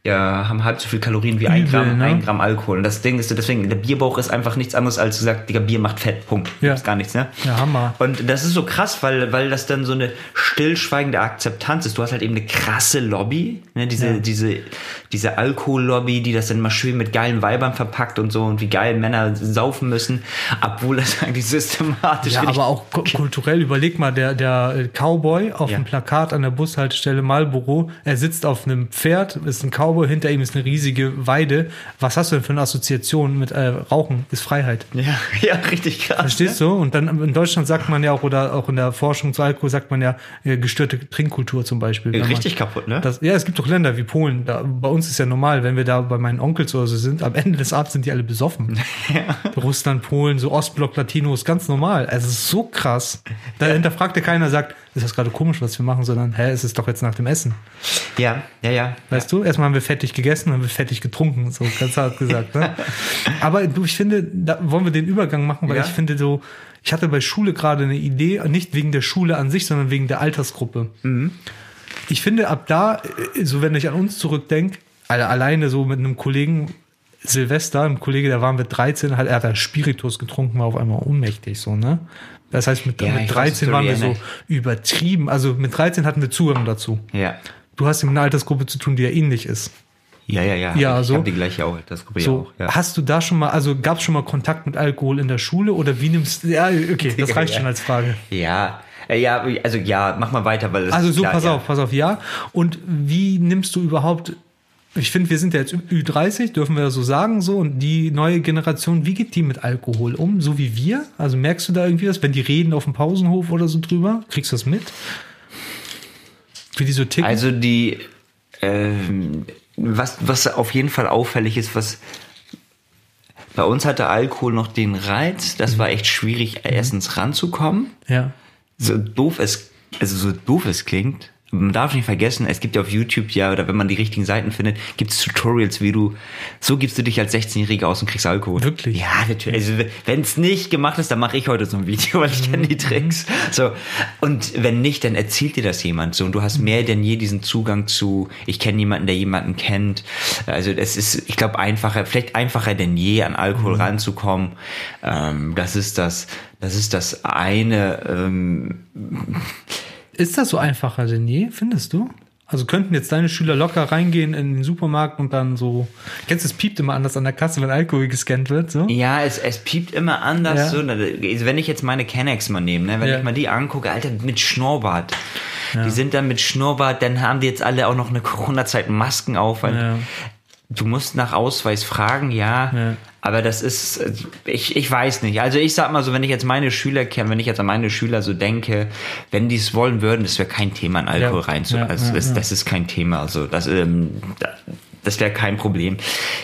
[SPEAKER 3] ja, haben halb so viel Kalorien wie ein
[SPEAKER 4] Übel,
[SPEAKER 3] Gramm,
[SPEAKER 4] ne?
[SPEAKER 3] ein Gramm Alkohol. Und das Ding ist, deswegen, der Bierbauch ist einfach nichts anderes als gesagt, Digga, Bier macht Fett, Punkt.
[SPEAKER 4] Ja.
[SPEAKER 3] Ist gar nichts, ne?
[SPEAKER 4] Ja, Hammer.
[SPEAKER 3] Und das ist so krass, weil, weil das dann so eine stillschweigende Akzeptanz ist. Du hast halt eben eine krasse Lobby, ne? diese, diese, diese Alkohollobby, die das dann mal schön mit geilen Weibern verpackt und so und wie geil Männer saufen müssen, obwohl das (laughs) eigentlich systematisch
[SPEAKER 4] Ja,
[SPEAKER 3] richtig-
[SPEAKER 4] aber auch ku- kulturell, überleg mal, der, der äh, Cowboy auf
[SPEAKER 3] Ja.
[SPEAKER 4] dem Plakat an der Bushaltestelle Marlboro, er sitzt auf einem Pferd, ist ein Cowboy, hinter ihm ist eine riesige Weide. Was hast du denn für eine Assoziation mit äh, Rauchen? Ist Freiheit.
[SPEAKER 3] (laughs) ja, ja, richtig krass.
[SPEAKER 4] Verstehst du? Und dann in Deutschland sagt man ja auch, oder auch in der Forschung zu Alkohol sagt man ja, äh, gestörte Trinkkultur zum Beispiel. Wenn man-
[SPEAKER 3] Äh, Richtig kaputt, ne?
[SPEAKER 4] das, ja, es gibt doch Länder wie Polen. Da, bei uns ist ja normal, wenn wir da bei meinen Onkels oder so sind, am Ende des Abends sind die alle besoffen. Russland, Polen, so Ostblock, Latinos, ganz normal. Also es ist so krass. Da hinterfragt ja keiner, sagt, ist das gerade komisch, was wir machen, sondern, hä, es ist doch jetzt nach dem Essen.
[SPEAKER 3] ja, ja, ja.
[SPEAKER 4] Weißt du, erstmal haben wir fettig gegessen, haben wir fettig getrunken, so ganz hart gesagt.
[SPEAKER 3] (laughs)
[SPEAKER 4] Ne? Aber du, ich finde, da wollen wir den Übergang machen, weil
[SPEAKER 3] Ja.
[SPEAKER 4] ich finde so, ich hatte bei Schule gerade eine Idee, nicht wegen der Schule an sich, sondern wegen der Altersgruppe.
[SPEAKER 3] Mhm.
[SPEAKER 4] Ich finde, ab da, äh, so wenn ich an uns zurückdenke, alle alleine so mit einem Kollegen, Silvester, einem Kollege, da waren wir 13, hat, er hat da Spiritus getrunken, war auf einmal ohnmächtig, so, ne? Das heißt, mit,
[SPEAKER 3] Ja, ich
[SPEAKER 4] mit
[SPEAKER 3] weiß, eh
[SPEAKER 4] 13 waren wir
[SPEAKER 3] Victoria,
[SPEAKER 4] so übertrieben. Also mit 13 hatten wir Zugang dazu.
[SPEAKER 3] Ja.
[SPEAKER 4] Du hast ja mit einer Altersgruppe zu tun, die ja ähnlich ist.
[SPEAKER 3] Ja, ja, ja.
[SPEAKER 4] Ja,
[SPEAKER 3] ich
[SPEAKER 4] so.
[SPEAKER 3] habe die gleiche auch, das Gruppe ja
[SPEAKER 4] So,
[SPEAKER 3] auch. Ja.
[SPEAKER 4] hast du da schon mal, also gab es schon mal Kontakt mit Alkohol in der Schule oder wie nimmst du, ja, okay, das reicht schon als Frage.
[SPEAKER 3] ja. Äh, Ja, also ja, mach mal weiter, weil es
[SPEAKER 4] Also so,
[SPEAKER 3] klar,
[SPEAKER 4] pass
[SPEAKER 3] ja.
[SPEAKER 4] auf, pass auf, ja. Und wie nimmst du überhaupt, ich finde, wir sind ja jetzt Ü30, dürfen wir das so sagen, so, und die neue Generation, wie geht die mit Alkohol um, so wie wir? Also merkst du da irgendwie was, wenn die reden auf dem Pausenhof oder so drüber, kriegst du das mit? Wie die so ticken?
[SPEAKER 3] Also die, ähm, was, was auf jeden Fall auffällig ist, was bei uns hatte Alkohol noch den Reiz, das
[SPEAKER 4] Mhm.
[SPEAKER 3] war echt schwierig, erstens ranzukommen.
[SPEAKER 4] ja.
[SPEAKER 3] so doof es, also so doof es klingt, man darf nicht vergessen, es gibt ja auf YouTube ja, oder wenn man die richtigen Seiten findet, gibt es Tutorials, wie du, so gibst du dich als 16-Jähriger aus und kriegst Alkohol.
[SPEAKER 4] Wirklich?
[SPEAKER 3] Ja, natürlich. Also, wenn es nicht gemacht ist, dann mache ich heute so ein Video, weil ich kenne die Tricks. So. Und wenn nicht, dann erzählt dir das jemand so. Und du hast mehr denn je diesen Zugang zu, ich kenne jemanden, der jemanden kennt. Also, es ist, ich glaube, einfacher, vielleicht einfacher denn je, an Alkohol ranzukommen. Ähm, das ist das, das ist das eine, ähm,
[SPEAKER 4] Ist das so einfacher denn je, findest du? Also könnten jetzt deine Schüler locker reingehen in den Supermarkt und dann so. Kennst du, es piept immer anders an der Kasse, wenn Alkohol gescannt wird, so?
[SPEAKER 3] Ja, es, es piept immer anders.
[SPEAKER 4] Mhm. Ja.
[SPEAKER 3] So, na, also wenn ich jetzt meine Kennex mal nehme, ne, wenn
[SPEAKER 4] Ja.
[SPEAKER 3] ich mal die angucke, Alter, mit Schnurrbart. Die sind dann mit Schnurrbart, dann haben die jetzt alle auch noch eine Corona-Zeit Masken auf. weil
[SPEAKER 4] Ja.
[SPEAKER 3] Du musst nach Ausweis fragen, ja.
[SPEAKER 4] Ja.
[SPEAKER 3] Aber das ist, äh, ich, ich weiß nicht. Also ich sag mal so, wenn ich jetzt meine Schüler kenne, wenn ich jetzt an meine Schüler so denke, wenn die es wollen würden, das wäre kein Thema, an Alkohol
[SPEAKER 4] Ja.
[SPEAKER 3] rein zu,
[SPEAKER 4] Ja,
[SPEAKER 3] also
[SPEAKER 4] ja,
[SPEAKER 3] das,
[SPEAKER 4] ja.
[SPEAKER 3] das ist kein Thema. Also das, ähm, da- das wäre kein Problem.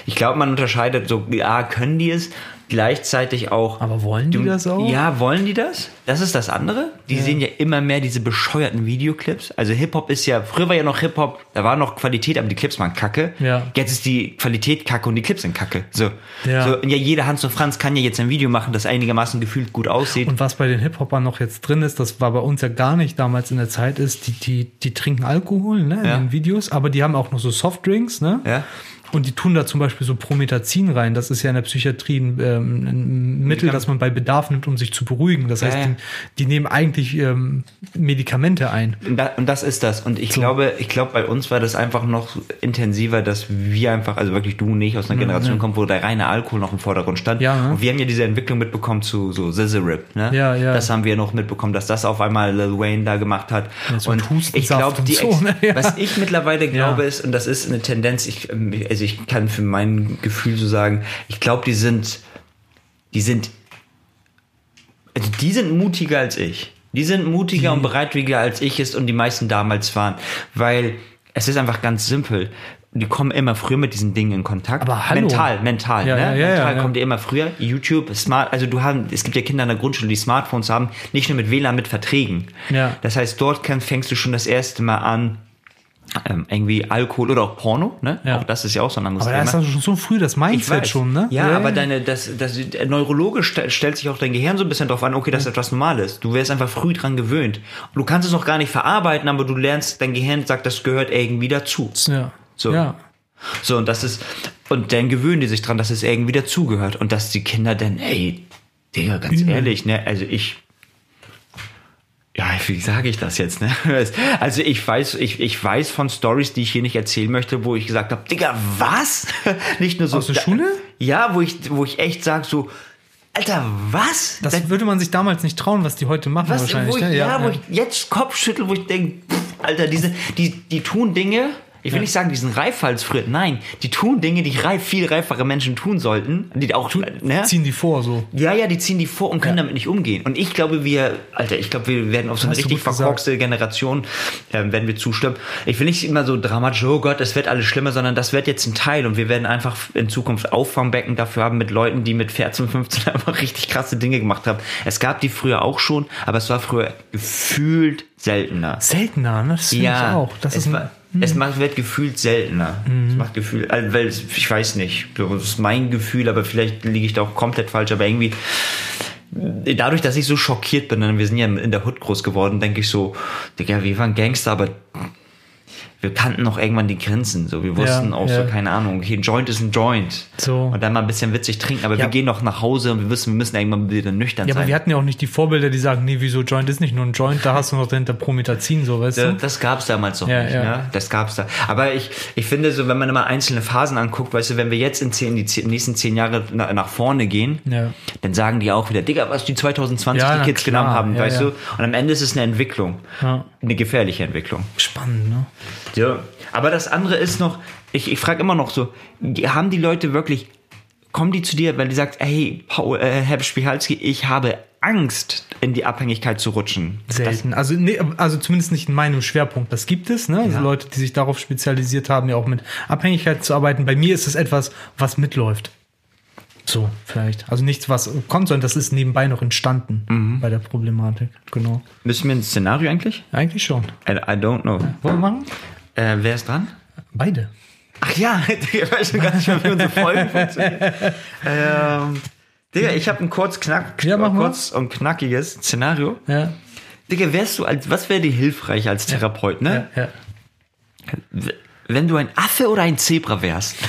[SPEAKER 3] Ich glaube, man unterscheidet so, ja, ah, können die es? gleichzeitig auch.
[SPEAKER 4] Aber wollen die
[SPEAKER 3] Du-
[SPEAKER 4] das auch?
[SPEAKER 3] Ja, wollen die das? Das ist das andere. Die sehen ja immer mehr diese bescheuerten Videoclips. Also Hip-Hop ist ja, früher war ja noch Hip-Hop, da war noch Qualität, aber die Clips waren kacke.
[SPEAKER 4] Ja.
[SPEAKER 3] Jetzt ist die Qualität kacke und die Clips sind kacke. So.
[SPEAKER 4] Ja.
[SPEAKER 3] So, und ja, jeder Hans und Franz kann ja jetzt ein Video machen, das einigermaßen gefühlt gut aussieht.
[SPEAKER 4] Und was bei den Hip-Hopern noch jetzt drin ist, das war bei uns ja gar nicht damals in der Zeit, ist, die, die, die trinken Alkohol ne, in
[SPEAKER 3] Ja.
[SPEAKER 4] den Videos, aber die haben auch noch so Softdrinks, ne?
[SPEAKER 3] Ja.
[SPEAKER 4] Und die tun da zum Beispiel so Promethazin rein. Das ist ja in der Psychiatrie ein, ähm, ein Mittel, das man bei Bedarf nimmt, um sich zu beruhigen. Das
[SPEAKER 3] Ja,
[SPEAKER 4] heißt,
[SPEAKER 3] ja.
[SPEAKER 4] Die, die nehmen eigentlich ähm, Medikamente ein.
[SPEAKER 3] Und, da, und das ist das. Und ich glaube, ich glaube, bei uns war das einfach noch intensiver, dass wir einfach, also wirklich du und ich aus einer Generation kommen, wo der reine Alkohol noch im Vordergrund stand.
[SPEAKER 4] Ja, ne?
[SPEAKER 3] Und wir haben ja diese Entwicklung mitbekommen zu so SZA Rip, ne?
[SPEAKER 4] Ja, ja.
[SPEAKER 3] Das haben wir noch mitbekommen, dass das auf einmal Lil Wayne da gemacht hat.
[SPEAKER 4] so
[SPEAKER 3] und
[SPEAKER 4] mit Hustensaft
[SPEAKER 3] ich glaube,
[SPEAKER 4] und
[SPEAKER 3] die,
[SPEAKER 4] so,
[SPEAKER 3] Ex-
[SPEAKER 4] ne? Ja.
[SPEAKER 3] was ich mittlerweile glaube,
[SPEAKER 4] Ja.
[SPEAKER 3] ist, und das ist eine Tendenz, ich, ähm, also ich kann für mein Gefühl so sagen, ich glaube, die sind, die sind also die sind mutiger als ich. Die sind mutiger und bereitwilliger als ich es und die meisten damals waren. Weil es ist einfach ganz simpel. Die kommen immer früher mit diesen Dingen in Kontakt.
[SPEAKER 4] Aber hallo.
[SPEAKER 3] Mental, mental.
[SPEAKER 4] Ja,
[SPEAKER 3] ne?
[SPEAKER 4] ja, ja,
[SPEAKER 3] mental
[SPEAKER 4] ja.
[SPEAKER 3] kommt ihr immer früher. YouTube, Smart, also du haben, es gibt ja Kinder in der Grundschule, die Smartphones haben, nicht nur mit WLAN, mit Verträgen.
[SPEAKER 4] Ja.
[SPEAKER 3] Das heißt, dort kann, fängst du schon das erste Mal an, ähm, irgendwie Alkohol oder auch Porno, ne?
[SPEAKER 4] Ja.
[SPEAKER 3] Auch das ist ja auch so ein anderes
[SPEAKER 4] Aber da
[SPEAKER 3] Thema.
[SPEAKER 4] ist das schon so früh das
[SPEAKER 3] Ich
[SPEAKER 4] Mindset
[SPEAKER 3] weiß.
[SPEAKER 4] schon, ne?
[SPEAKER 3] Ja, aber
[SPEAKER 4] dann
[SPEAKER 3] deine, das, das, neurologisch st- stellt sich auch dein Gehirn so ein bisschen darauf an, okay, das ist etwas Normales. Du wärst einfach früh dran gewöhnt. Und du kannst es noch gar nicht verarbeiten, aber du lernst, dein Gehirn sagt, das gehört irgendwie dazu.
[SPEAKER 4] Ja.
[SPEAKER 3] So.
[SPEAKER 4] ja.
[SPEAKER 3] So, und das ist, und dann gewöhnen die sich dran, dass es irgendwie dazugehört. Und dass die Kinder dann, ey, Digga, ganz ehrlich, ne, also ich, ja, wie sage ich das jetzt, ne? (laughs) Also ich weiß, ich, ich weiß von Stories, die ich hier nicht erzählen möchte, wo ich gesagt habe, Digga, was? (laughs) Nicht nur so.
[SPEAKER 4] Aus der Schule?
[SPEAKER 3] Ja, wo ich, wo ich echt sage so, Alter, was?
[SPEAKER 4] Das
[SPEAKER 3] Dann-
[SPEAKER 4] würde man sich damals nicht trauen, was die heute machen
[SPEAKER 3] was,
[SPEAKER 4] wahrscheinlich.
[SPEAKER 3] wo ich, ja,
[SPEAKER 4] ne?
[SPEAKER 3] wo ich jetzt Kopfschüttel, wo ich denke, Alter, diese, die, die tun Dinge, ich will nicht sagen, die sind reifer als früher. Nein, die tun Dinge, die reif, viel reifere Menschen tun sollten. Die auch, ne?
[SPEAKER 4] Ziehen die vor so.
[SPEAKER 3] Ja, ja, die ziehen die vor und können damit nicht umgehen. Und ich glaube, wir, Alter, ich glaube, wir werden auf so eine
[SPEAKER 4] Hast du
[SPEAKER 3] richtig
[SPEAKER 4] gut gesagt.
[SPEAKER 3] verkorkste Generation, ähm, werden wir zustimmen. Ich will nicht immer so dramatisch, oh Gott, es wird alles schlimmer, sondern das wird jetzt ein Teil und wir werden einfach in Zukunft Auffangbecken dafür haben mit Leuten, die mit 14, 15 (laughs) einfach richtig krasse Dinge gemacht haben. Es gab die früher auch schon, aber es war früher gefühlt seltener.
[SPEAKER 4] Seltener, ne? Das finde ich auch. Das
[SPEAKER 3] es,
[SPEAKER 4] ist ein- Hm. Mhm.
[SPEAKER 3] war, es macht, wird gefühlt seltener. Es macht Gefühl, also, weil es, ich weiß nicht, das ist mein Gefühl, aber vielleicht liege ich da auch komplett falsch, aber irgendwie dadurch, dass ich so schockiert bin, denn wir sind ja in der Hood groß geworden, denke ich so, Digga, wir waren Gangster, aber wir kannten noch irgendwann die Grenzen, so wir wussten auch
[SPEAKER 4] ja.
[SPEAKER 3] so, keine Ahnung, okay, ein Joint ist ein Joint.
[SPEAKER 4] So.
[SPEAKER 3] Und dann mal ein bisschen witzig trinken, aber
[SPEAKER 4] Ja.
[SPEAKER 3] wir gehen noch nach Hause und wir wissen, wir müssen irgendwann wieder nüchtern
[SPEAKER 4] Ja,
[SPEAKER 3] sein.
[SPEAKER 4] aber wir hatten ja auch nicht die Vorbilder, die sagen, nee, wieso Joint ist nicht nur ein Joint, da hast du noch dahinter Promethazin, so, weißt
[SPEAKER 3] Ja,
[SPEAKER 4] du?
[SPEAKER 3] Ne? das gab's damals noch
[SPEAKER 4] Hm? Ja,
[SPEAKER 3] nicht,
[SPEAKER 4] ja.
[SPEAKER 3] ne? Das gab's da. Aber ich, ich finde so, wenn man immer einzelne Phasen anguckt, weißt du, wenn wir jetzt in, zehn, die zehn, nächsten zehn Jahre na, nach vorne gehen,
[SPEAKER 4] Ja.
[SPEAKER 3] dann sagen die auch wieder, Digga, was die 2020
[SPEAKER 4] Ja, na
[SPEAKER 3] die Kids
[SPEAKER 4] klar.
[SPEAKER 3] genommen haben,
[SPEAKER 4] Ja,
[SPEAKER 3] weißt
[SPEAKER 4] ja.
[SPEAKER 3] du? Und am Ende ist es eine Entwicklung.
[SPEAKER 4] Ja.
[SPEAKER 3] Eine gefährliche Entwicklung.
[SPEAKER 4] Spannend, ne?
[SPEAKER 3] Ja. Aber das andere ist noch, ich, ich frage immer noch so, haben die Leute wirklich, kommen die zu dir, weil die sagt, hey, Paul, äh, Herr Spichalski, ich habe Angst, in die Abhängigkeit zu rutschen.
[SPEAKER 4] Selten. also, nee, also zumindest nicht in meinem Schwerpunkt. Das gibt es, ne? Also
[SPEAKER 3] Ja.
[SPEAKER 4] Leute, die sich darauf spezialisiert haben, ja auch mit Abhängigkeit zu arbeiten. Bei mir ist es etwas, was mitläuft. So, vielleicht. Also nichts, was kommt, sondern das ist nebenbei noch entstanden bei der Problematik. Genau.
[SPEAKER 3] Müssen wir ein Szenario eigentlich?
[SPEAKER 4] Eigentlich schon.
[SPEAKER 3] I, I don't know.
[SPEAKER 4] Wollen wir machen?
[SPEAKER 3] Äh, wer ist dran?
[SPEAKER 4] Beide.
[SPEAKER 3] Ach ja, (laughs) Digga, ich weiß schon gar nicht mehr, wie unsere Folgen funktionieren. Ähm, Digga, ich habe ein kurz, knack,
[SPEAKER 4] Ja, mach mal.
[SPEAKER 3] kurz und knackiges Szenario.
[SPEAKER 4] Ja.
[SPEAKER 3] Digga, wärst du als, was wäre dir hilfreich als Therapeut,
[SPEAKER 4] ja,
[SPEAKER 3] ne?
[SPEAKER 4] ja.
[SPEAKER 3] W- Wenn du ein Affe oder ein Zebra wärst. (laughs)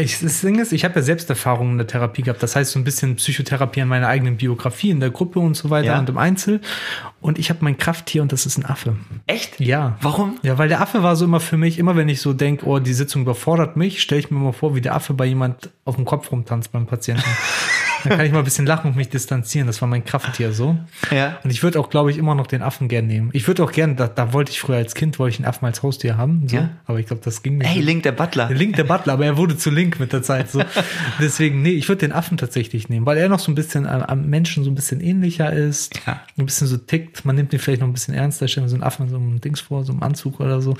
[SPEAKER 4] Ich, das Ding ist, ich habe ja selbst Erfahrungen in der Therapie gehabt. Das heißt, so ein bisschen Psychotherapie an meiner eigenen Biografie, in der Gruppe und so weiter
[SPEAKER 3] Ja.
[SPEAKER 4] und im Einzel. Und ich habe mein Krafttier und das ist ein Affe.
[SPEAKER 3] Echt?
[SPEAKER 4] Ja.
[SPEAKER 3] Warum?
[SPEAKER 4] Ja, weil der Affe war so immer für mich, immer wenn ich so denke, oh, die Sitzung überfordert mich, stelle ich mir mal vor, wie der Affe bei jemand auf dem Kopf rumtanzt
[SPEAKER 3] (laughs)
[SPEAKER 4] beim Patienten. Dann kann ich mal ein bisschen lachen und mich distanzieren. Das war mein Krafttier so.
[SPEAKER 3] Ja.
[SPEAKER 4] Und ich würde auch, glaube ich, immer noch den Affen gern nehmen. Ich würde auch gern, da, da wollte ich früher als Kind, wollte ich einen Affen als Haustier haben. So.
[SPEAKER 3] Ja.
[SPEAKER 4] Aber ich glaube, das ging nicht.
[SPEAKER 3] Hey, Link der Butler.
[SPEAKER 4] Link der Butler, aber er wurde zu Link mit der Zeit.
[SPEAKER 3] (laughs)
[SPEAKER 4] So. Deswegen, nee, ich würde den Affen tatsächlich nehmen, weil er noch so ein bisschen am, am Menschen so ein bisschen ähnlicher ist,
[SPEAKER 3] Ja.
[SPEAKER 4] ein bisschen so tickt. Man nimmt ihn vielleicht noch ein bisschen ernster, stellen so einen Affen in so einem Dings vor, so einem Anzug oder so.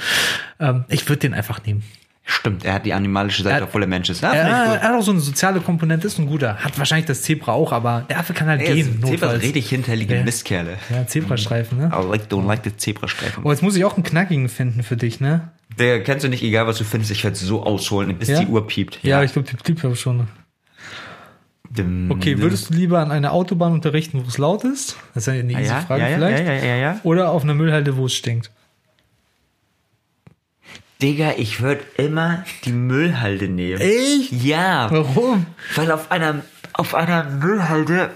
[SPEAKER 4] Ähm, ich würde den einfach nehmen.
[SPEAKER 3] Stimmt, er hat die animalische Seite,
[SPEAKER 4] Er-
[SPEAKER 3] obwohl er Mensch ist. Ja,
[SPEAKER 4] Er,
[SPEAKER 3] finde ich gut.
[SPEAKER 4] er hat auch so eine soziale Komponente, ist ein guter. Hat wahrscheinlich das Zebra auch, aber der Affe kann halt
[SPEAKER 3] Ey, also
[SPEAKER 4] gehen.
[SPEAKER 3] Zebra
[SPEAKER 4] notfalls.
[SPEAKER 3] richtig hinterlige
[SPEAKER 4] Ja.
[SPEAKER 3] Mistkerle.
[SPEAKER 4] Ja, Zebrastreifen, ne?
[SPEAKER 3] I like, don't like the Zebrastreifen.
[SPEAKER 4] Oh, jetzt muss ich auch einen knackigen finden für dich, ne?
[SPEAKER 3] Der kannst du nicht, egal was du findest, ich werde so ausholen, bis
[SPEAKER 4] Ja?
[SPEAKER 3] die Uhr piept.
[SPEAKER 4] Ja, ich glaube, die blieb ja schon.
[SPEAKER 3] Dim-
[SPEAKER 4] Okay, würdest du lieber an einer Autobahn unterrichten, wo es laut ist? Das ist ja eine
[SPEAKER 3] ja,
[SPEAKER 4] easy
[SPEAKER 3] ja,
[SPEAKER 4] Frage
[SPEAKER 3] ja, ja,
[SPEAKER 4] vielleicht.
[SPEAKER 3] ja, ja, ja, ja.
[SPEAKER 4] Oder auf einer Müllhalde, wo es stinkt.
[SPEAKER 3] Digga, ich würde immer die Müllhalde nehmen.
[SPEAKER 4] Echt?
[SPEAKER 3] Ja.
[SPEAKER 4] Warum?
[SPEAKER 3] Weil auf einer, auf einer Müllhalde,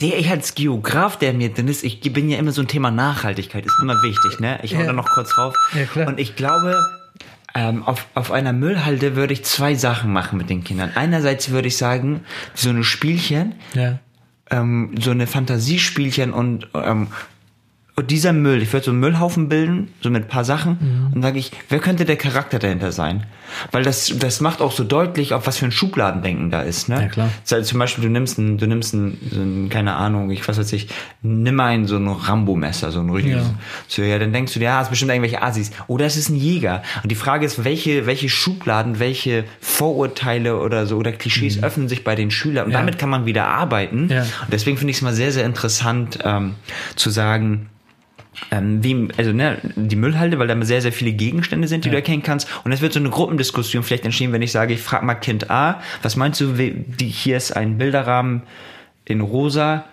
[SPEAKER 3] der ich als Geograf, der mir drin ist, ich bin ja immer so ein Thema Nachhaltigkeit, ist immer wichtig, ne? Ich hau
[SPEAKER 4] Ja.
[SPEAKER 3] da noch kurz rauf.
[SPEAKER 4] Ja, klar.
[SPEAKER 3] Und ich glaube, ähm, auf, auf einer Müllhalde würde ich zwei Sachen machen mit den Kindern. Einerseits würde ich sagen, so eine Spielchen,
[SPEAKER 4] Ja.
[SPEAKER 3] ähm, so eine Fantasiespielchen und, ähm, und dieser Müll, ich würde so einen Müllhaufen bilden, so mit ein paar Sachen,
[SPEAKER 4] Mhm.
[SPEAKER 3] und dann sage ich, wer könnte der Charakter dahinter sein? Weil das, das macht auch so deutlich, auf was für ein Schubladendenken da ist, ne?
[SPEAKER 4] Ja, klar.
[SPEAKER 3] Das heißt, zum Beispiel, du nimmst ein, du nimmst ein, so ein, keine Ahnung, ich was weiß ich, nimm mal ein, so ein Rambo-Messer, so ein richtiges.
[SPEAKER 4] Ja.
[SPEAKER 3] So, ja, dann denkst du dir, ja, es ist bestimmt irgendwelche Asis. Oder es ist ein Jäger. Und die Frage ist, welche, welche Schubladen, welche Vorurteile oder so, oder Klischees öffnen sich bei den Schülern? Und
[SPEAKER 4] Mhm. Ja.
[SPEAKER 3] damit kann man wieder arbeiten.
[SPEAKER 4] Ja.
[SPEAKER 3] Und deswegen finde ich es mal sehr, sehr interessant, ähm, zu sagen, ähm, wie, also ne, die Müllhalde, weil da sehr, sehr viele Gegenstände sind, die du erkennen kannst. Und es wird so eine Gruppendiskussion vielleicht entstehen, wenn ich sage, ich frage mal Kind A, was meinst du, we- die, hier ist ein Bilderrahmen in rosa,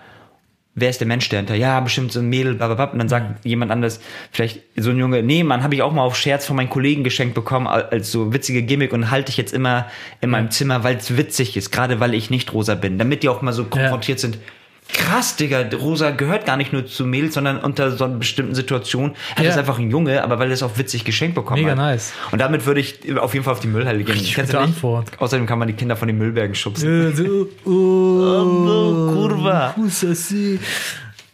[SPEAKER 3] wer ist der Mensch dahinter? Ja, bestimmt so ein Mädel, blablabla. Und dann sagt
[SPEAKER 4] Mhm.
[SPEAKER 3] jemand anders, vielleicht so ein Junge, nee, Mann, habe ich auch mal auf Scherz von meinen Kollegen geschenkt bekommen, al- als so witzige Gimmick und halte ich jetzt immer in meinem Zimmer, weil es witzig ist, gerade weil ich nicht rosa bin, damit die auch mal so konfrontiert sind. Krass, Digga, rosa gehört gar nicht nur zu Mädels, sondern unter so einer bestimmten Situation hat
[SPEAKER 4] Ja.
[SPEAKER 3] es einfach ein Junge, aber weil er es auch witzig geschenkt bekommen
[SPEAKER 4] Mega
[SPEAKER 3] hat.
[SPEAKER 4] nice.
[SPEAKER 3] Und damit würde ich auf jeden Fall auf die Müllhalde gehen.
[SPEAKER 4] Richtig
[SPEAKER 3] Kennst
[SPEAKER 4] gute
[SPEAKER 3] du nicht?
[SPEAKER 4] Antwort.
[SPEAKER 3] Außerdem kann man die Kinder von den Müllbergen schubsen.
[SPEAKER 4] Äh, so, oh,
[SPEAKER 3] Kurva.
[SPEAKER 4] Fuß, das sie-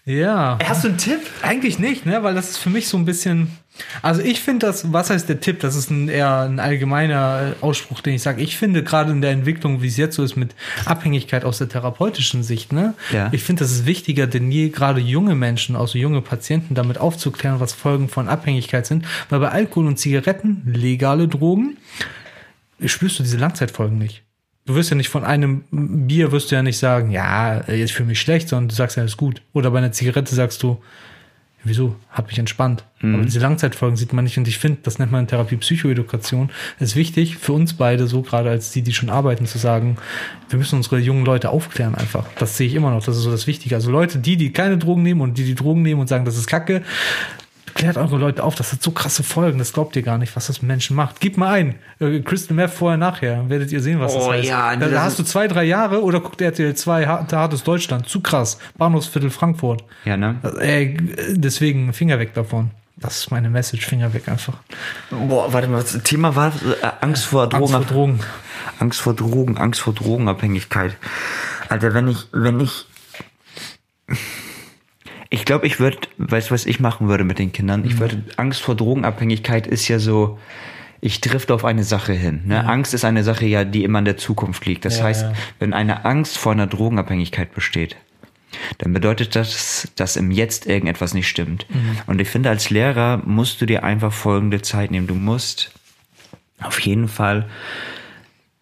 [SPEAKER 4] Ja.
[SPEAKER 3] Hast du einen Tipp?
[SPEAKER 4] Eigentlich nicht, ne? Weil das ist für mich so ein bisschen. Also ich finde das, was heißt der Tipp? Das ist ein eher ein allgemeiner äh, Ausspruch, den ich sage. Ich finde gerade in der Entwicklung, wie es jetzt so ist, mit Abhängigkeit aus der therapeutischen Sicht, ne?
[SPEAKER 3] Ja.
[SPEAKER 4] Ich finde, das ist wichtiger denn je, gerade junge Menschen, also junge Patienten, damit aufzuklären, was Folgen von Abhängigkeit sind. Weil bei Alkohol und Zigaretten, legale Drogen, spürst du diese Langzeitfolgen nicht. Du wirst ja nicht von einem Bier wirst du ja nicht sagen, ja, jetzt fühle ich mich schlecht, sondern du sagst ja, ist gut. Oder bei einer Zigarette sagst du, wieso, hab mich entspannt. Aber
[SPEAKER 3] Mhm.
[SPEAKER 4] diese Langzeitfolgen sieht man nicht und ich finde, das nennt man in Therapie Psychoedukation, ist wichtig für uns beide, so gerade als die, die schon arbeiten, zu sagen, wir müssen unsere jungen Leute aufklären einfach. Das sehe ich immer noch, das ist so das Wichtige. Also Leute, die, die keine Drogen nehmen und die, die Drogen nehmen und sagen, das ist Kacke, Klärt eure Leute auf, das hat so krasse Folgen, das glaubt ihr gar nicht, was das mit Menschen macht. Gib mal ein, äh, Crystal Meth vorher, nachher, werdet ihr sehen, was das
[SPEAKER 3] Oh
[SPEAKER 4] heißt.
[SPEAKER 3] ja,
[SPEAKER 4] da,
[SPEAKER 3] das
[SPEAKER 4] da
[SPEAKER 3] ist-
[SPEAKER 4] hast du zwei, drei Jahre oder guckt RTL 2, har- hartes Deutschland, zu krass, Bahnhofsviertel Frankfurt.
[SPEAKER 3] Ja, ne?
[SPEAKER 4] Also, Ey, deswegen Finger weg davon. Das ist meine Message, Finger weg einfach.
[SPEAKER 3] Boah, warte mal, das Thema war äh, Angst vor
[SPEAKER 4] Angst
[SPEAKER 3] Drogen.
[SPEAKER 4] vor Drogen.
[SPEAKER 3] Angst vor Drogen, Angst vor Drogenabhängigkeit. Alter, wenn ich, wenn ich. Ich glaube, ich würde, weißt du, was ich machen würde mit den Kindern?
[SPEAKER 4] Mhm.
[SPEAKER 3] Ich würde, Angst vor Drogenabhängigkeit ist ja so, ich drifte auf eine Sache hin. Ne? Angst ist eine Sache ja, die immer in der Zukunft liegt. Das
[SPEAKER 4] Ja,
[SPEAKER 3] heißt,
[SPEAKER 4] ja.
[SPEAKER 3] wenn eine Angst vor einer Drogenabhängigkeit besteht, dann bedeutet das, dass im Jetzt irgendetwas nicht stimmt.
[SPEAKER 4] Mhm.
[SPEAKER 3] Und ich finde, als Lehrer musst du dir einfach folgende Zeit nehmen. Du musst auf jeden Fall,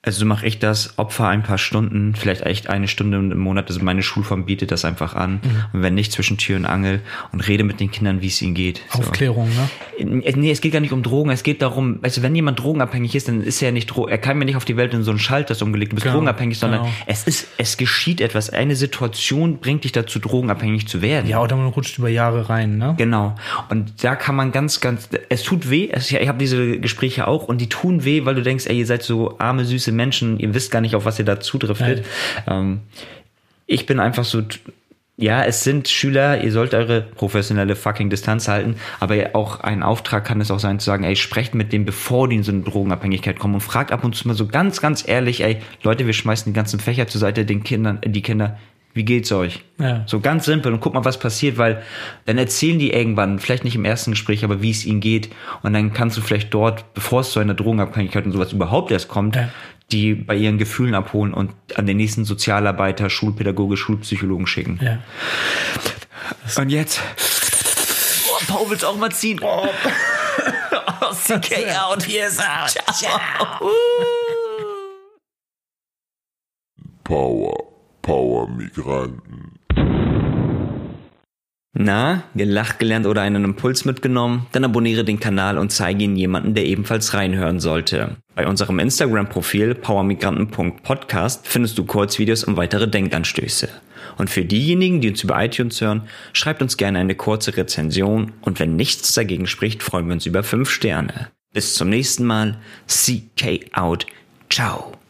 [SPEAKER 3] also so mache ich das, opfer ein paar Stunden, vielleicht echt eine Stunde im Monat, also meine Schulform bietet das einfach an. Und wenn nicht, zwischen Tür und Angel und rede mit den Kindern, wie es ihnen geht. So.
[SPEAKER 4] Aufklärung, ne?
[SPEAKER 3] äh, Nee, es geht gar nicht um Drogen, es geht darum, also wenn jemand drogenabhängig ist, dann ist er ja nicht, dro- er kann mir nicht auf die Welt in so einen Schalter so umgelegt, du bist
[SPEAKER 4] Genau,
[SPEAKER 3] drogenabhängig, sondern
[SPEAKER 4] genau.
[SPEAKER 3] es ist, es geschieht etwas, eine Situation bringt dich dazu, drogenabhängig zu werden.
[SPEAKER 4] Ja, oder man rutscht über Jahre rein, ne?
[SPEAKER 3] Genau. Und da kann man ganz, ganz, es tut weh. Es, ich habe diese Gespräche auch und die tun weh, weil du denkst, ey, ihr seid so arme, süße Menschen, ihr wisst gar nicht, auf was ihr da zudriftet. Ähm, ich bin einfach so, t- ja, es sind Schüler, ihr sollt eure professionelle fucking Distanz halten, aber auch ein Auftrag kann es auch sein zu sagen, ey, sprecht mit dem, bevor die in so eine Drogenabhängigkeit kommen und fragt ab und zu mal so ganz, ganz ehrlich, ey, Leute, wir schmeißen die ganzen Fächer zur Seite, den Kindern, die Kinder, wie geht's euch?
[SPEAKER 4] Ja.
[SPEAKER 3] So ganz simpel und guck mal, was passiert, weil dann erzählen die irgendwann, vielleicht nicht im ersten Gespräch, aber wie es ihnen geht und dann kannst du vielleicht dort, bevor es zu einer Drogenabhängigkeit und sowas überhaupt erst kommt,
[SPEAKER 4] Ja.
[SPEAKER 3] die bei ihren Gefühlen abholen und an den nächsten Sozialarbeiter, Schulpädagoge, Schulpsychologen schicken.
[SPEAKER 4] Ja.
[SPEAKER 3] Und jetzt. (laughs) Oh, Paul will's auch mal ziehen. aus. CK out. Peace out. Ciao.
[SPEAKER 2] Power, Power Migranten.
[SPEAKER 3] Na, gelacht gelernt oder einen Impuls mitgenommen? Dann abonniere den Kanal und zeige ihn jemanden, der ebenfalls reinhören sollte. Bei unserem Instagram-Profil powermigranten.podcast findest du Kurzvideos und weitere Denkanstöße. Und für diejenigen, die uns über iTunes hören, schreibt uns gerne eine kurze Rezension und wenn nichts dagegen spricht, freuen wir uns über 5 Sterne. Bis zum nächsten Mal. CK out. Ciao.